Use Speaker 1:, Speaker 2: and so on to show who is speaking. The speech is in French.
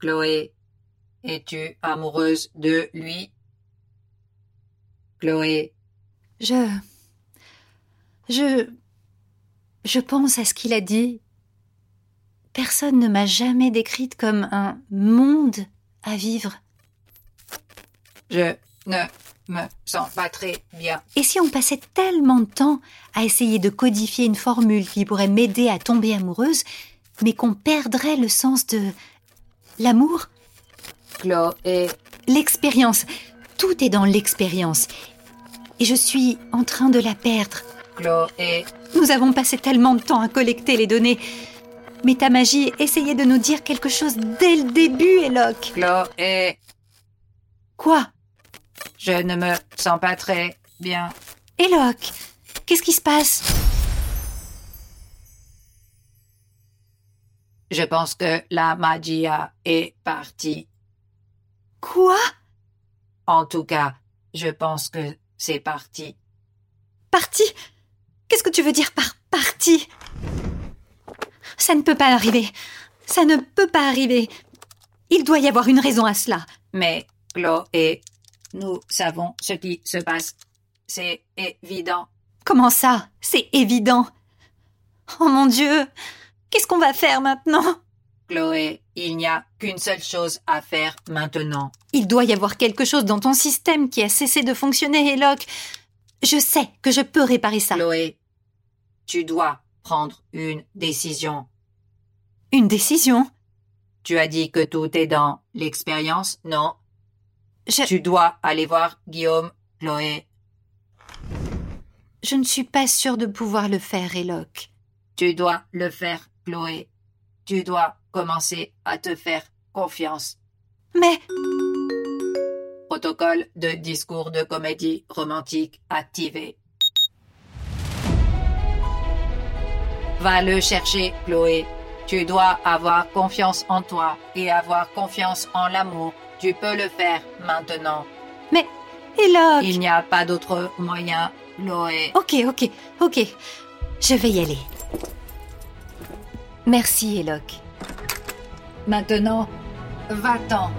Speaker 1: Chloé, es-tu amoureuse de lui Chloé,
Speaker 2: Je. Je. Je pense à ce qu'il a dit. Personne ne m'a jamais décrite comme un monde à vivre.
Speaker 1: je ne me sens pas très bien.
Speaker 2: Et si on passait tellement de temps à essayer de codifier une formule qui pourrait m'aider à tomber amoureuse, mais qu'on perdrait le sens de l'amour
Speaker 1: Chloé,
Speaker 2: L'expérience. Tout est dans l'expérience. Et je suis en train de la perdre.
Speaker 1: Chloé,
Speaker 2: Nous avons passé tellement de temps à collecter les données. Mais ta magie essayait de nous dire quelque chose dès le début, Eloque.
Speaker 1: Chloé,
Speaker 2: Quoi
Speaker 1: je ne me sens pas très bien.
Speaker 2: Eloque Qu'est-ce qui se passe
Speaker 1: Je pense que la magia est partie.
Speaker 2: Quoi
Speaker 1: En tout cas, je pense que c'est parti.
Speaker 2: Parti Qu'est-ce que tu veux dire par parti Ça ne peut pas arriver. Ça ne peut pas arriver. Il doit y avoir une raison à cela.
Speaker 1: Mais Chloé, nous savons ce qui se passe. C'est évident.
Speaker 2: Comment ça C'est évident. Oh mon Dieu Qu'est-ce qu'on va faire maintenant
Speaker 1: Chloé, il n'y a qu'une seule chose à faire maintenant.
Speaker 2: Il doit y avoir quelque chose dans ton système qui a cessé de fonctionner, Eloque. Je sais que je peux réparer ça.
Speaker 1: Chloé, tu dois prendre une décision.
Speaker 2: Une décision
Speaker 1: Tu as dit que tout est dans l'expérience, non
Speaker 2: Je,
Speaker 1: Tu dois aller voir Guillaume, Chloé.
Speaker 2: je ne suis pas sûre de pouvoir le faire, Eloque.
Speaker 1: Tu dois le faire, Chloé. Tu dois commencer à te faire confiance.
Speaker 2: Mais
Speaker 1: Protocole de discours de comédie romantique activé. Va le chercher, Chloé. Tu dois avoir confiance en toi et avoir confiance en l'amour. Tu peux le faire maintenant.
Speaker 2: Eloque
Speaker 1: Il n'y a pas d'autre moyen, Chloé.
Speaker 2: Ok, ok, ok. Je vais y aller. Merci, Eloque.
Speaker 1: Maintenant, va-t'en.